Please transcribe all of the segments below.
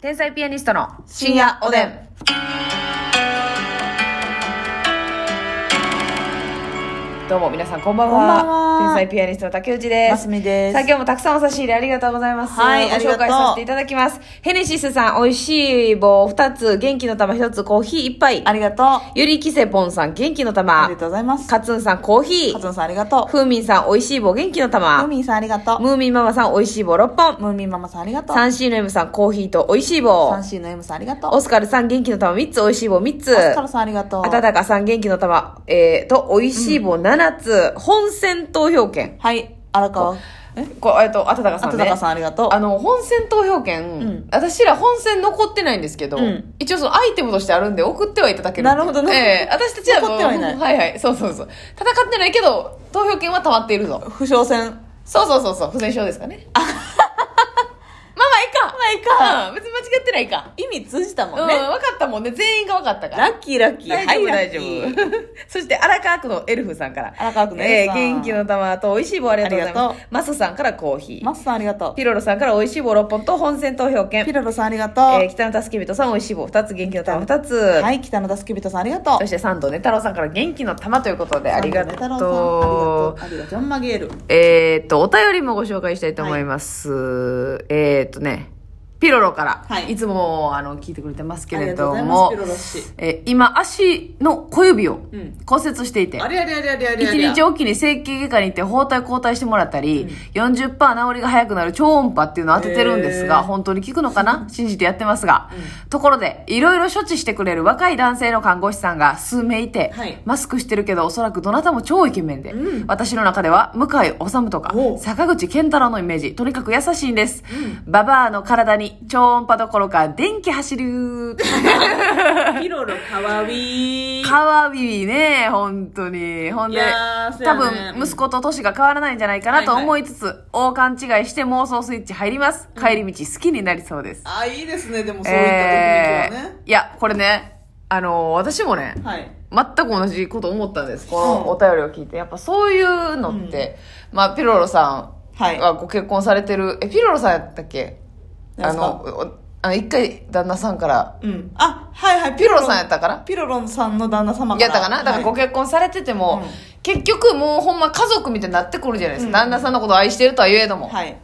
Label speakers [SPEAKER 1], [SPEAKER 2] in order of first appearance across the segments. [SPEAKER 1] 天才ピアニストの
[SPEAKER 2] 深夜おでん。
[SPEAKER 1] どうも皆さんこんばんは。
[SPEAKER 2] こんばんは
[SPEAKER 1] 天才ピアニストの竹内です。
[SPEAKER 2] ますみです
[SPEAKER 1] さあ今日もたくさんお差し入れありがとうございます。
[SPEAKER 2] はい
[SPEAKER 1] ご紹
[SPEAKER 2] ありが
[SPEAKER 1] 介
[SPEAKER 2] とう
[SPEAKER 1] させていただきます。ヘネシスさん、美味しい棒2つ、元気の玉1つ、コーヒー1杯。
[SPEAKER 2] ありがとう。あ
[SPEAKER 1] ゆりきせぽんさん、元気の玉。
[SPEAKER 2] りがとうございます。
[SPEAKER 1] かつんさん、コーヒ
[SPEAKER 2] カ
[SPEAKER 1] ー。
[SPEAKER 2] ズンさんありがとう。
[SPEAKER 1] ふうみんさん、美味しい棒、元気の
[SPEAKER 2] ムー
[SPEAKER 1] 玉。
[SPEAKER 2] ミンさんありがとう。
[SPEAKER 1] ムーミンママさん、美味しい棒6本。
[SPEAKER 2] ムーミンママさんありがとう。
[SPEAKER 1] 3C の M さん、コーヒーと美味しい棒
[SPEAKER 2] サン。シーの M さんありがとう。
[SPEAKER 1] オスカルさん、元気の玉3つ、美味しい棒3つ。
[SPEAKER 2] オスカルさんありがとう。
[SPEAKER 1] あたたかさん、元気の玉、えー、と、美味しい棒7つ、本選投票券。
[SPEAKER 2] はい、荒川。え
[SPEAKER 1] こうえっと、あたたか
[SPEAKER 2] あ
[SPEAKER 1] さん
[SPEAKER 2] た
[SPEAKER 1] ね。
[SPEAKER 2] たかさんありがとう。
[SPEAKER 1] あの、本選投票券、
[SPEAKER 2] ん
[SPEAKER 1] 私ら本選残ってないんですけど、
[SPEAKER 2] うん
[SPEAKER 1] 一応そのアイテムとしてあるんで送ってはいただけるっていう
[SPEAKER 2] なるほどね
[SPEAKER 1] ええ私たちはもう
[SPEAKER 2] 残ってはいない
[SPEAKER 1] はいはい、そうそうそう。戦ってないけど、投票券は溜まっているぞ。
[SPEAKER 2] 不肖戦。
[SPEAKER 1] そうそうそうそう、不戦勝ですか ね。まあまあいいか。まあいいか。うん、別に間違ってないか。
[SPEAKER 2] 意味通じた
[SPEAKER 1] うん、
[SPEAKER 2] もん
[SPEAKER 1] 分
[SPEAKER 2] ね。
[SPEAKER 1] かったもんね。全員が分かったから。
[SPEAKER 2] ラッキーラッキー。
[SPEAKER 1] 大丈夫、
[SPEAKER 2] はい
[SPEAKER 1] 大
[SPEAKER 2] ラッキ
[SPEAKER 1] 丈
[SPEAKER 2] ー
[SPEAKER 1] 夫。 そして、荒川区のエルフさんから。
[SPEAKER 2] 荒川区のエルフさん
[SPEAKER 1] えー元気の玉と美味しい棒ありがとうござい
[SPEAKER 2] あ
[SPEAKER 1] ま
[SPEAKER 2] りが
[SPEAKER 1] す。マスさんからコーヒー。
[SPEAKER 2] マスさんありがと
[SPEAKER 1] ピロロさんから美味しい棒6本と本選投票
[SPEAKER 2] う。ピ
[SPEAKER 1] 券。
[SPEAKER 2] ロロさんありがとう。
[SPEAKER 1] えー、北野助人さん美味しい棒2つ、元気の玉2つ。
[SPEAKER 2] はい、北野田助人さんありがとう
[SPEAKER 1] そ。して、三度ね太郎さんから元気の玉ということで、ありが
[SPEAKER 2] サンドの
[SPEAKER 1] とう。
[SPEAKER 2] メタロウさんありがとう。ありがとう。ジョン・マゲール。
[SPEAKER 1] えーっと、お便りもご紹介したいと思います。えーっとね、ピロロから、
[SPEAKER 2] はい
[SPEAKER 1] い、つも、あの、聞いてくれてますけ
[SPEAKER 2] あり
[SPEAKER 1] れ
[SPEAKER 2] がとう
[SPEAKER 1] ど
[SPEAKER 2] ございます。
[SPEAKER 1] も
[SPEAKER 2] ピ、ロロ氏。
[SPEAKER 1] えー今、足の小指を
[SPEAKER 2] うん
[SPEAKER 1] 骨折していて、
[SPEAKER 2] あれあれあれあれあれあれ。
[SPEAKER 1] 1日おきに整形外科に行って包帯交代してもらったり、40%治りが早くなる超音波っていうのを当ててるんですが、
[SPEAKER 2] へー
[SPEAKER 1] 本当に効くのか な信じてやってますが、ところでいろいろ処置してくれる若い男性の看護師さんが数名いて、
[SPEAKER 2] はい
[SPEAKER 1] マスクしてるけどおそらくどなたも超イケメンで、
[SPEAKER 2] うん
[SPEAKER 1] 私の中では向井治とか
[SPEAKER 2] おう
[SPEAKER 1] 坂口健太郎のイメージとにかく優しいんです、ババアの体に超音波どころか電気走る
[SPEAKER 2] ピロロかわいい。
[SPEAKER 1] かわビビね本当にほん
[SPEAKER 2] い
[SPEAKER 1] で、
[SPEAKER 2] やーそう
[SPEAKER 1] 多
[SPEAKER 2] やね
[SPEAKER 1] 分息子と年が変わらないんじゃないかなと
[SPEAKER 2] はいはい
[SPEAKER 1] 思いつつ、大勘違いして妄想スイッチ入ります帰り道好きになりそうです、
[SPEAKER 2] あ、いいですね、でもそういった
[SPEAKER 1] え
[SPEAKER 2] 時にはね。
[SPEAKER 1] ーいやこれねあのー私もね、
[SPEAKER 2] はい。
[SPEAKER 1] 全く同じこと思ったんですこのお便りを聞いてやっぱそういうのって、まあピロロさ
[SPEAKER 2] は
[SPEAKER 1] ん
[SPEAKER 2] い。
[SPEAKER 1] はご結婚されてるえピロロさんやったっけあ
[SPEAKER 2] 何ですか
[SPEAKER 1] のおあの一回旦那さんから
[SPEAKER 2] うん。あ、はいはい。
[SPEAKER 1] ピロロさんやったかな
[SPEAKER 2] ピロロンさんの旦那様か ら。
[SPEAKER 1] やったかなだからご
[SPEAKER 2] はい
[SPEAKER 1] 結婚されてても、
[SPEAKER 2] うん
[SPEAKER 1] 結局もうほんま家族みたいになってくるじゃないですか、
[SPEAKER 2] うん
[SPEAKER 1] 旦那さんのことを愛してるとは言えども、
[SPEAKER 2] はい。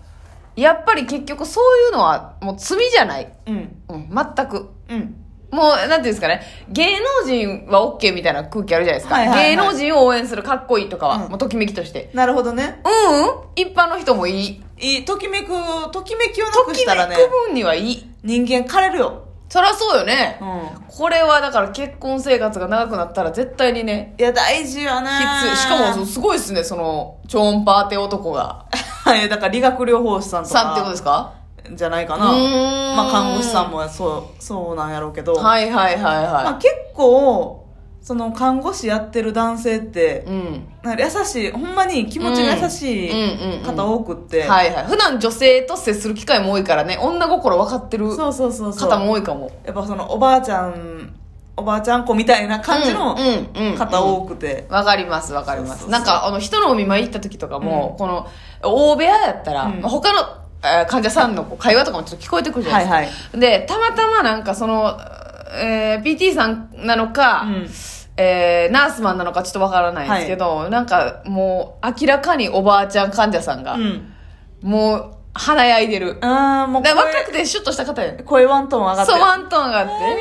[SPEAKER 1] やっぱり結局そういうのはもう罪じゃない、
[SPEAKER 2] うん。
[SPEAKER 1] うん、全く
[SPEAKER 2] うん。
[SPEAKER 1] もうなんていうんですかね芸能人は OK みたいな空気あるじゃないですか、
[SPEAKER 2] はいはいはい
[SPEAKER 1] 芸能人を応援するかっこいいとかは、
[SPEAKER 2] うん
[SPEAKER 1] もうときめきとして
[SPEAKER 2] なるほどね。
[SPEAKER 1] うんうん一般の人もいい
[SPEAKER 2] いい、ときめく、ときめきをな
[SPEAKER 1] と
[SPEAKER 2] く
[SPEAKER 1] き
[SPEAKER 2] した
[SPEAKER 1] め
[SPEAKER 2] らね、
[SPEAKER 1] く分にはいい
[SPEAKER 2] 人間枯れるよ。
[SPEAKER 1] そりゃそうよね、
[SPEAKER 2] うん。
[SPEAKER 1] これはだから結婚生活が長くなったら絶対にね
[SPEAKER 2] いや、大事よね。
[SPEAKER 1] きつしかも
[SPEAKER 2] そ
[SPEAKER 1] すごいですねその超音波当て男が
[SPEAKER 2] はい。だから理学療法士さんとか。
[SPEAKER 1] さんってことですか
[SPEAKER 2] じゃないかな。
[SPEAKER 1] うーん
[SPEAKER 2] まあ、看護師さんもそう、そうなんやろうけど。
[SPEAKER 1] はいはいはい
[SPEAKER 2] まあ、
[SPEAKER 1] は
[SPEAKER 2] 結構、その、看護師やってる男性って
[SPEAKER 1] い、うん
[SPEAKER 2] なんか優しい、ほんまに気持ちが優し
[SPEAKER 1] うんうんうんう
[SPEAKER 2] い
[SPEAKER 1] ん
[SPEAKER 2] 方多くって。
[SPEAKER 1] はいはい普段女性と接する機会も多いからね女心分かってる
[SPEAKER 2] そうそうそうそう。
[SPEAKER 1] 方も多いかも
[SPEAKER 2] やっぱそのおばあちゃんおばあちゃん子みたいな感じの方
[SPEAKER 1] を
[SPEAKER 2] 多くて、
[SPEAKER 1] 分かります分かりま
[SPEAKER 2] そうそう
[SPEAKER 1] す
[SPEAKER 2] そう
[SPEAKER 1] なんかあの人のお見舞い行った時とかも、この大部屋やったら、
[SPEAKER 2] うん
[SPEAKER 1] まあ他のえー患者さんのこう会話とかもちょっと聞こえてくるじゃないですか、
[SPEAKER 2] はい
[SPEAKER 1] でたまたまなんかその、えー PT さんなのか、
[SPEAKER 2] うん
[SPEAKER 1] えーナースマンなのかちょっとわからないんですけど、なんかもう明らかにおばあちゃん患者さんが、
[SPEAKER 2] うん
[SPEAKER 1] もう華やいでる。
[SPEAKER 2] ああもう
[SPEAKER 1] だから若
[SPEAKER 2] 声
[SPEAKER 1] くてシュッとした方やね
[SPEAKER 2] 声ワントーン上がって
[SPEAKER 1] そう、ワントーンがあって。
[SPEAKER 2] ありがと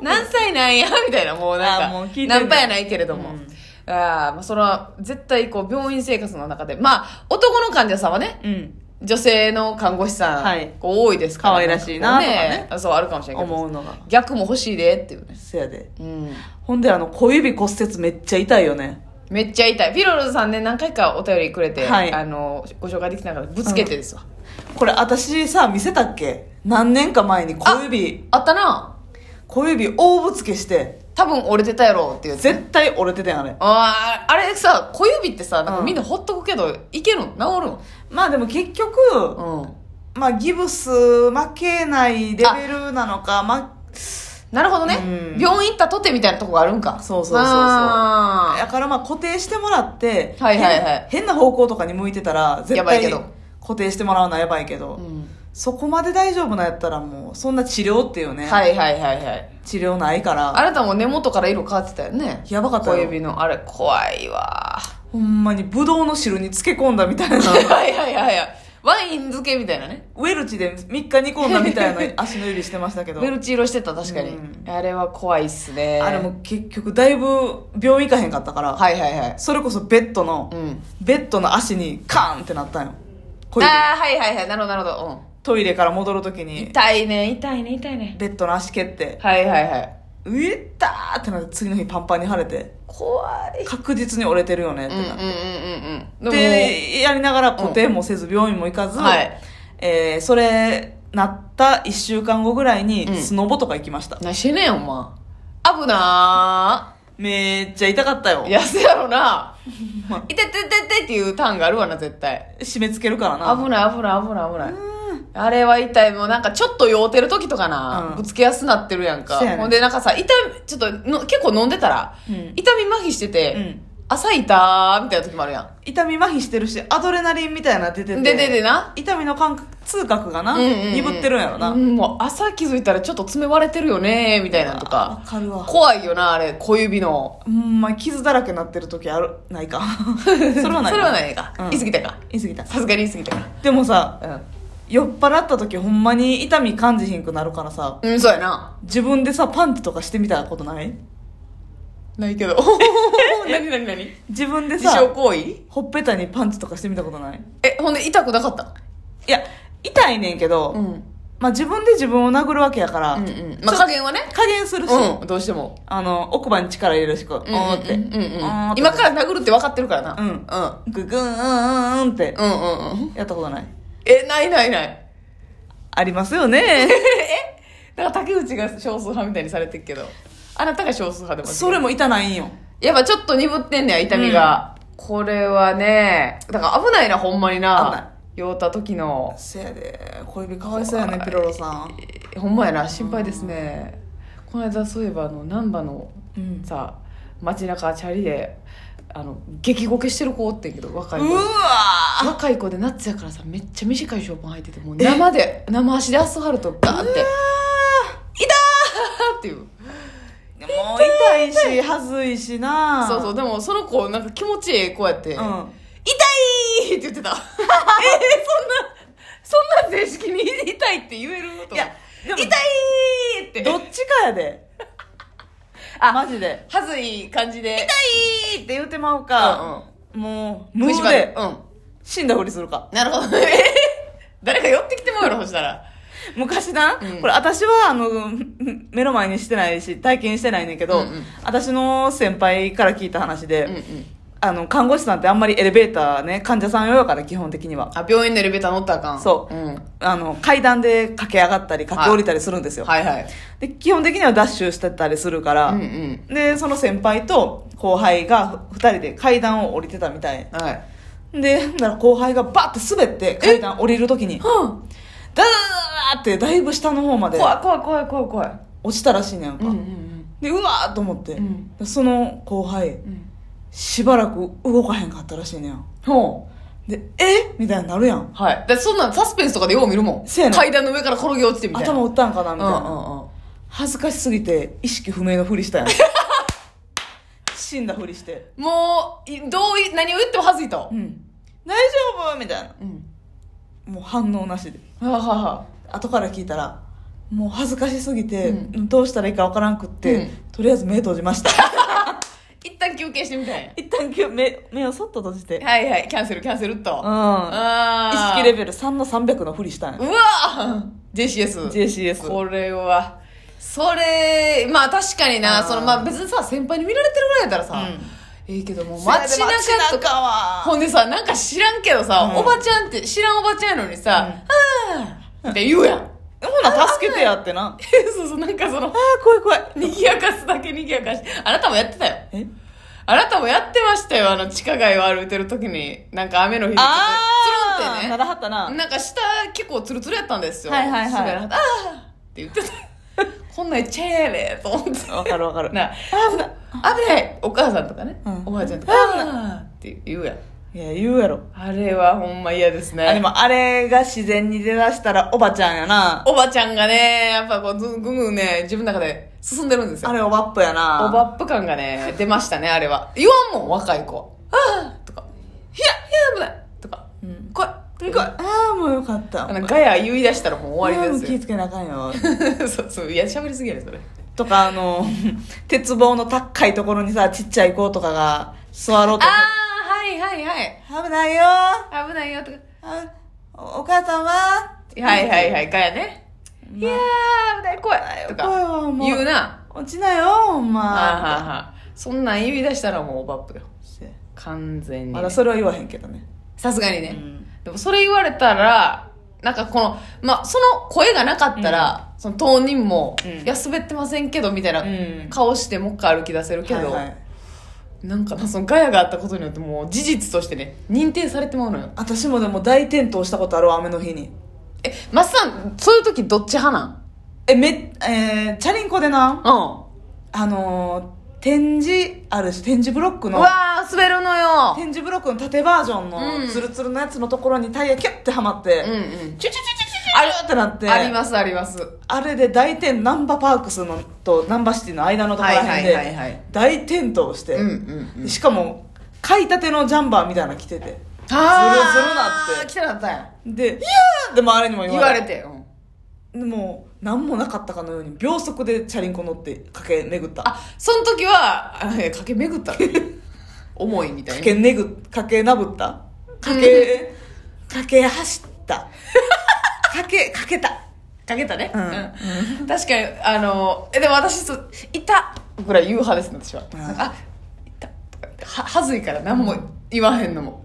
[SPEAKER 2] うね
[SPEAKER 1] 何歳なんやみたいな、もうな
[SPEAKER 2] あーもうん
[SPEAKER 1] か
[SPEAKER 2] 聞いて、
[SPEAKER 1] ナ
[SPEAKER 2] る
[SPEAKER 1] ンパやないけれども。
[SPEAKER 2] うん
[SPEAKER 1] ああ、まあ、それは絶対こう、病院生活の中で、まあ、男の患者さんはね、
[SPEAKER 2] うん
[SPEAKER 1] 女性の看護師さん、
[SPEAKER 2] はい
[SPEAKER 1] こう多いですから。
[SPEAKER 2] 可愛らしい
[SPEAKER 1] な
[SPEAKER 2] な
[SPEAKER 1] ん
[SPEAKER 2] とかね
[SPEAKER 1] あそう、あるかもしれないけ
[SPEAKER 2] 思
[SPEAKER 1] ど。
[SPEAKER 2] うのが
[SPEAKER 1] 逆も欲しいでっていうね。
[SPEAKER 2] せやで
[SPEAKER 1] うん。
[SPEAKER 2] ほんであの小指骨折めっちゃ痛いよね
[SPEAKER 1] めっちゃ痛い。ピロルさんね、何回かお便りくれて、
[SPEAKER 2] はい
[SPEAKER 1] あの、ご紹介できながらぶつけてですわ。
[SPEAKER 2] これ私さ見せたっけ何年か前に小指
[SPEAKER 1] あったな
[SPEAKER 2] 小指大ぶつけして
[SPEAKER 1] 多分折れてたやろっていうやつ
[SPEAKER 2] 絶対折れてたんあれ
[SPEAKER 1] あーあれさ小指ってさなんか
[SPEAKER 2] うん
[SPEAKER 1] みんなほっとくけど、いけるん治るん
[SPEAKER 2] まあでも結局、
[SPEAKER 1] うん
[SPEAKER 2] まあギブス負けないレベルなのかま
[SPEAKER 1] なるほどね、
[SPEAKER 2] うん
[SPEAKER 1] 病院行ったとてみたいなとこがあるんか
[SPEAKER 2] そうそうそうそう
[SPEAKER 1] あ
[SPEAKER 2] だからまあ固定してもらって、
[SPEAKER 1] はいはいはい
[SPEAKER 2] 変変な方向とかに向いてたら
[SPEAKER 1] や
[SPEAKER 2] 絶
[SPEAKER 1] ばいけ
[SPEAKER 2] 対
[SPEAKER 1] ど
[SPEAKER 2] 固定してもらうのはやばいけど、
[SPEAKER 1] ーうん
[SPEAKER 2] そこまで大丈夫なんやったらもう、そんな治療っていうね、
[SPEAKER 1] はいはいはいはい。
[SPEAKER 2] 治療ないから、
[SPEAKER 1] あなたも根元から色変わってたよね。
[SPEAKER 2] やばかった
[SPEAKER 1] 小
[SPEAKER 2] よ。
[SPEAKER 1] 指の、あれ、怖いわ。
[SPEAKER 2] ほんまに、ブドウの汁に漬け込んだみたい な、
[SPEAKER 1] はいはいはいはい。ワイン漬けみたいなね。
[SPEAKER 2] ウェルチで3日煮込んだみた いな足の指してましたけど
[SPEAKER 1] ベ、ルチ色してた、確かに。
[SPEAKER 2] う
[SPEAKER 1] あれは怖いっすね。
[SPEAKER 2] あれも結局だいぶ病院行かへんかったから、
[SPEAKER 1] はいはいはい。
[SPEAKER 2] それこそベッドの、
[SPEAKER 1] うん。
[SPEAKER 2] ベッドの足にカーンってなったんよ。小指
[SPEAKER 1] ああ、はいはいはい。なるほどなるほど。
[SPEAKER 2] トイレから戻るとき
[SPEAKER 1] うん。
[SPEAKER 2] に、
[SPEAKER 1] 痛いね、痛いね、痛いね。
[SPEAKER 2] ベッドの足蹴って、
[SPEAKER 1] はいはいはい。
[SPEAKER 2] うえったーってなって次の日パンパンに腫れて、
[SPEAKER 1] 怖い。
[SPEAKER 2] 確実に折れてるよねっ
[SPEAKER 1] う
[SPEAKER 2] て
[SPEAKER 1] んうんうん
[SPEAKER 2] なって。
[SPEAKER 1] うんうん。で
[SPEAKER 2] で、やりながら固定もせず病院も行かず、
[SPEAKER 1] はい
[SPEAKER 2] えーそれ、なった1週間後ぐらいに
[SPEAKER 1] うん
[SPEAKER 2] スノボとか行きました。
[SPEAKER 1] も、何してんねん、お前。危 な
[SPEAKER 2] めっちゃ痛かったよ
[SPEAKER 1] ー。い。や、せやろな。
[SPEAKER 2] ま
[SPEAKER 1] いててててっていうターンがあるわな、絶対。
[SPEAKER 2] 締め付けるからな。
[SPEAKER 1] 危ない危ない危ない危ないあれは痛いもうなんかちょっと酔うてる時とかな、
[SPEAKER 2] うん
[SPEAKER 1] ぶつけやすなってるやんか
[SPEAKER 2] そうやね
[SPEAKER 1] ほんでなんかさ痛みちょっとの結構飲んでたら、
[SPEAKER 2] うん
[SPEAKER 1] 痛み麻痺してて、
[SPEAKER 2] うん
[SPEAKER 1] 朝痛ーみたいな時もあるやん
[SPEAKER 2] 痛み麻痺してるし、アドレナリンみたいなの出てて。
[SPEAKER 1] でででな
[SPEAKER 2] 痛みの感覚、痛覚がな、
[SPEAKER 1] うんうんうん
[SPEAKER 2] 鈍ってるんやろな。
[SPEAKER 1] うんもう朝気づいたらちょっと爪割れてるよねーみたいなのと
[SPEAKER 2] わ
[SPEAKER 1] か
[SPEAKER 2] かるわ。
[SPEAKER 1] 怖いよなあれ小指の
[SPEAKER 2] うんまあ、傷だらけになってる時ある、な いか。それはないか。
[SPEAKER 1] それはないか、
[SPEAKER 2] うん
[SPEAKER 1] 言い過ぎたか
[SPEAKER 2] 言い過ぎた。
[SPEAKER 1] さすがに言い過ぎたか
[SPEAKER 2] でもさ、
[SPEAKER 1] うん
[SPEAKER 2] 酔っ払った時ほんまに痛み感じひんくなるからさ、
[SPEAKER 1] うん、そうやな。
[SPEAKER 2] 自分でさ、パンチとかしてみたことない
[SPEAKER 1] ない けど。なになになに
[SPEAKER 2] 自分で
[SPEAKER 1] 自傷
[SPEAKER 2] さ、
[SPEAKER 1] 行為
[SPEAKER 2] ほっぺたにパンチとかしてみたことない
[SPEAKER 1] え、ほんで痛くなかった
[SPEAKER 2] いや、痛いねんけど、
[SPEAKER 1] ん。
[SPEAKER 2] まあ自分で自分を殴るわけやから、
[SPEAKER 1] うんうん、まあ加減はね
[SPEAKER 2] 加減するし、
[SPEAKER 1] うんどうしても
[SPEAKER 2] あの、奥歯に力入れるし、こう、おーって、
[SPEAKER 1] うんうんうん
[SPEAKER 2] おーって
[SPEAKER 1] 今から殴るって分かってるからな
[SPEAKER 2] うんググーン、うんうんって、
[SPEAKER 1] うんうんうんうん
[SPEAKER 2] やったことない
[SPEAKER 1] えないないない
[SPEAKER 2] ありますよね。
[SPEAKER 1] だから竹内が少数派みたいにされてるけどあなたが少数派でも
[SPEAKER 2] それも痛ないんよ。
[SPEAKER 1] やっぱちょっと鈍ってんねや痛みが、これはねだから危ないなほんまに
[SPEAKER 2] 危ない
[SPEAKER 1] な酔うた時の
[SPEAKER 2] せやで、小指かわいそうやね、ピロロさん。
[SPEAKER 1] えほんまやな心配ですねこの間そういえばあの難波の
[SPEAKER 2] うん。
[SPEAKER 1] さ街中チャリであの激ゴケしてる子おってんけど若いう子
[SPEAKER 2] ーわー
[SPEAKER 1] 若い子で夏やからさめっちゃ短いショーパン履いててもう生で生足でアスファルトガーンって「いたー!」っていう
[SPEAKER 2] でも痛いし、はずいしな
[SPEAKER 1] そうそうでもその子なんか気持ちええ子やって「
[SPEAKER 2] う
[SPEAKER 1] 痛
[SPEAKER 2] ん。
[SPEAKER 1] い!」って言 ってたえー、そんなそんな正式に痛いって言えると
[SPEAKER 2] いや、でも、
[SPEAKER 1] 痛いって
[SPEAKER 2] どっちかやで。
[SPEAKER 1] あ
[SPEAKER 2] マジで。
[SPEAKER 1] はずい感じで
[SPEAKER 2] 痛いって言うてまうか、もう、無
[SPEAKER 1] 虫
[SPEAKER 2] 理
[SPEAKER 1] 歯で
[SPEAKER 2] で、
[SPEAKER 1] うん
[SPEAKER 2] 死んだふりするか。
[SPEAKER 1] なる ほどねえ誰か寄ってきてもらうのほしたら
[SPEAKER 2] 昔な、
[SPEAKER 1] うん
[SPEAKER 2] これ私は、あの、うん目の前にしてないし、体験してないねんけど、
[SPEAKER 1] うんうん
[SPEAKER 2] 私の先輩から聞いた話で、
[SPEAKER 1] うんうん
[SPEAKER 2] あの、看護師さんってあんまりエレベーターね、患者さん用やから、基本的には。
[SPEAKER 1] あ病院のエレベーター乗ったらあかん
[SPEAKER 2] そう
[SPEAKER 1] うん、
[SPEAKER 2] あの、階段で駆け上がったり、駆け下りたりするんですよ。
[SPEAKER 1] はいはい
[SPEAKER 2] で、基本的にはダッシュしてたりするから、
[SPEAKER 1] うんうん
[SPEAKER 2] で、その先輩と後輩が二人で階段を降りてたみたい。
[SPEAKER 1] はい
[SPEAKER 2] で、ほんなら後輩がバッて滑って階段降りるときに、
[SPEAKER 1] うん
[SPEAKER 2] ダーってだいぶ下の方まで
[SPEAKER 1] 怖い怖い怖い怖い怖い
[SPEAKER 2] 落ちたらしいねん
[SPEAKER 1] う
[SPEAKER 2] か。
[SPEAKER 1] んうん
[SPEAKER 2] で、うわーと思って、
[SPEAKER 1] うん
[SPEAKER 2] でその後輩、
[SPEAKER 1] うん
[SPEAKER 2] しばらく動かへんかったらしいねん。
[SPEAKER 1] ほ
[SPEAKER 2] で、えみたいになるやん。
[SPEAKER 1] うはいでそんなんサスペンスとかでよう見るもん
[SPEAKER 2] せやな
[SPEAKER 1] 階段の上から転げ落ちてみたいな
[SPEAKER 2] 頭打ったんかなみたいな、
[SPEAKER 1] うんうんうん
[SPEAKER 2] 恥ずかしすぎて意識不明のふりし たやん。死んだふりして。
[SPEAKER 1] もういどうい何を言ってもはずいと
[SPEAKER 2] うん。大丈夫みたいな。
[SPEAKER 1] うん
[SPEAKER 2] もう反応なしで。
[SPEAKER 1] はあはあは
[SPEAKER 2] 後から聞いたらもう恥ずかしすぎて、
[SPEAKER 1] う
[SPEAKER 2] どうしたらいいかわからんくって、
[SPEAKER 1] うん
[SPEAKER 2] とりあえず目閉じました
[SPEAKER 1] あ一旦休憩してみたい
[SPEAKER 2] 一旦きゅ目目をそっと閉じて、
[SPEAKER 1] はいはいキャンセルキャンセルっと
[SPEAKER 2] うん意
[SPEAKER 1] ああ
[SPEAKER 2] 識レベル3の300のふりしたん
[SPEAKER 1] う
[SPEAKER 2] や
[SPEAKER 1] わー JCS
[SPEAKER 2] JCS
[SPEAKER 1] これはそれまあ確かにな
[SPEAKER 2] あー
[SPEAKER 1] そのまあ別にさ先輩に見られてるぐらいだったらさ、
[SPEAKER 2] うん
[SPEAKER 1] ええけどもう
[SPEAKER 2] せ
[SPEAKER 1] 街
[SPEAKER 2] やで
[SPEAKER 1] 中とか
[SPEAKER 2] は
[SPEAKER 1] ほんでさ、なんか知らんけどさ、
[SPEAKER 2] うん
[SPEAKER 1] おばちゃんって、知らんおばちゃんやのにさ、あーって言うやん。
[SPEAKER 2] ほな助けてやってなあ
[SPEAKER 1] そうそう、なんかその、
[SPEAKER 2] ー怖い怖い
[SPEAKER 1] 賑やかすだけ賑やかして。あなたもやってたよ。
[SPEAKER 2] え
[SPEAKER 1] あなたもやってましたよ、あの、地下街を歩いてる時に、なんか雨の日に。
[SPEAKER 2] あ
[SPEAKER 1] つるんっ
[SPEAKER 2] あ
[SPEAKER 1] て
[SPEAKER 2] な
[SPEAKER 1] ね。
[SPEAKER 2] らはったな
[SPEAKER 1] なんか下結構ツルツルやったんですよ。
[SPEAKER 2] はいはいはい
[SPEAKER 1] 滑らはったあーって言ってた。 こんなん言っちゃえやれと 思って。
[SPEAKER 2] わかるわかる
[SPEAKER 1] なあ
[SPEAKER 2] あー危ない
[SPEAKER 1] 危ないお母さんとかね、
[SPEAKER 2] うん
[SPEAKER 1] おばあちゃんとか、あーって言うやん。
[SPEAKER 2] いや言うやろ
[SPEAKER 1] あれはほんま嫌です
[SPEAKER 2] あで
[SPEAKER 1] ね。
[SPEAKER 2] もあれが自然に出だしたらおばちゃんやな
[SPEAKER 1] おばちゃんがね、やっぱこう、ずぐんぐんね、自分の中で進んでるんですよ
[SPEAKER 2] あ。れおばっぽやな
[SPEAKER 1] おばっぷ感がね、出ましたね、あれは。言わんもん、若い子。ああとか、いや、いや、危ないとか、
[SPEAKER 2] うん
[SPEAKER 1] 来い
[SPEAKER 2] 行
[SPEAKER 1] 来
[SPEAKER 2] こう
[SPEAKER 1] い
[SPEAKER 2] ああもうよかった
[SPEAKER 1] あのガヤ言い出したらもう終わり
[SPEAKER 2] もう
[SPEAKER 1] です
[SPEAKER 2] 気ぃ
[SPEAKER 1] よ。
[SPEAKER 2] つけなあかんよ
[SPEAKER 1] そうそう、いや、喋りすぎやね、それ。
[SPEAKER 2] とかあの 鉄棒の高いところにさちっちゃい子とかが座ろうと
[SPEAKER 1] ああ、はいはいはい。
[SPEAKER 2] 危ないよ
[SPEAKER 1] 危ないよとか。
[SPEAKER 2] あおお母さんは、
[SPEAKER 1] はいはいはいい、ガヤね。
[SPEAKER 2] まあ
[SPEAKER 1] いやー、危ない、来いと
[SPEAKER 2] 怖い
[SPEAKER 1] か、
[SPEAKER 2] わもう
[SPEAKER 1] 言うな。
[SPEAKER 2] 落ちなよほん
[SPEAKER 1] はあはあ
[SPEAKER 2] ま
[SPEAKER 1] はあそんなん言い出したらもうオバップよ。完全に
[SPEAKER 2] ま
[SPEAKER 1] ね、
[SPEAKER 2] だそれは言わへんけどね
[SPEAKER 1] さすがにね。
[SPEAKER 2] うん
[SPEAKER 1] でもそれ言われたら、なんかこの、まあ、その声がなかったら、その当人も、
[SPEAKER 2] うん
[SPEAKER 1] いや、滑ってませんけど、みたいな
[SPEAKER 2] うん
[SPEAKER 1] 顔して、もう一回歩き出せるけど、
[SPEAKER 2] はいはい
[SPEAKER 1] なんかな、そのガヤがあったことによって、もう事実としてね、認定されてまうのよ。
[SPEAKER 2] 私もでも大転倒したことあるわ雨の日に
[SPEAKER 1] え、マスさん、そういう時どっち派なん
[SPEAKER 2] えめえー、チャリンコでな
[SPEAKER 1] う
[SPEAKER 2] あのー、展示あるし展示ブロック
[SPEAKER 1] ん。う
[SPEAKER 2] の
[SPEAKER 1] わー、滑るのよ。
[SPEAKER 2] 展示ブロックの縦バージョン
[SPEAKER 1] うん
[SPEAKER 2] のツルツルのやつのところにタイヤキュッてはまって、
[SPEAKER 1] うんうん。
[SPEAKER 2] チュチュチュチュチュチュチュあれってなって
[SPEAKER 1] あります、あります。
[SPEAKER 2] あれで大転ナンバパークスのとナンバシティの間のところら辺
[SPEAKER 1] はいはいはいは
[SPEAKER 2] で
[SPEAKER 1] い
[SPEAKER 2] 大転倒して、
[SPEAKER 1] うんうんうん。
[SPEAKER 2] しかも買いたてのジャンバーみたいなの着ててずるずるなって
[SPEAKER 1] 来てなったやん。
[SPEAKER 2] で「いやー!」でもあれにも言
[SPEAKER 1] 言
[SPEAKER 2] わ
[SPEAKER 1] わ
[SPEAKER 2] れ
[SPEAKER 1] れて。うん
[SPEAKER 2] でも何もなかったかのように秒速でチャリンコ乗って駆け巡った
[SPEAKER 1] あ、その時は、あ駆け巡 ったの。重いみたいな。
[SPEAKER 2] 駆け巡っ駆けなぶった駆け駆け走った駆けかけた
[SPEAKER 1] かけたね、
[SPEAKER 2] うん
[SPEAKER 1] うん確かにあのえでも私そう「いた!」ぐらい言う派ですね私は「
[SPEAKER 2] うん
[SPEAKER 1] なんかあいた」とかってははずいから何も言わへんのも、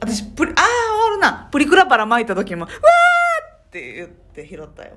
[SPEAKER 2] 私プリああ終わるなプリクラバラ巻いた時も「うわー!」って言って拾ったよ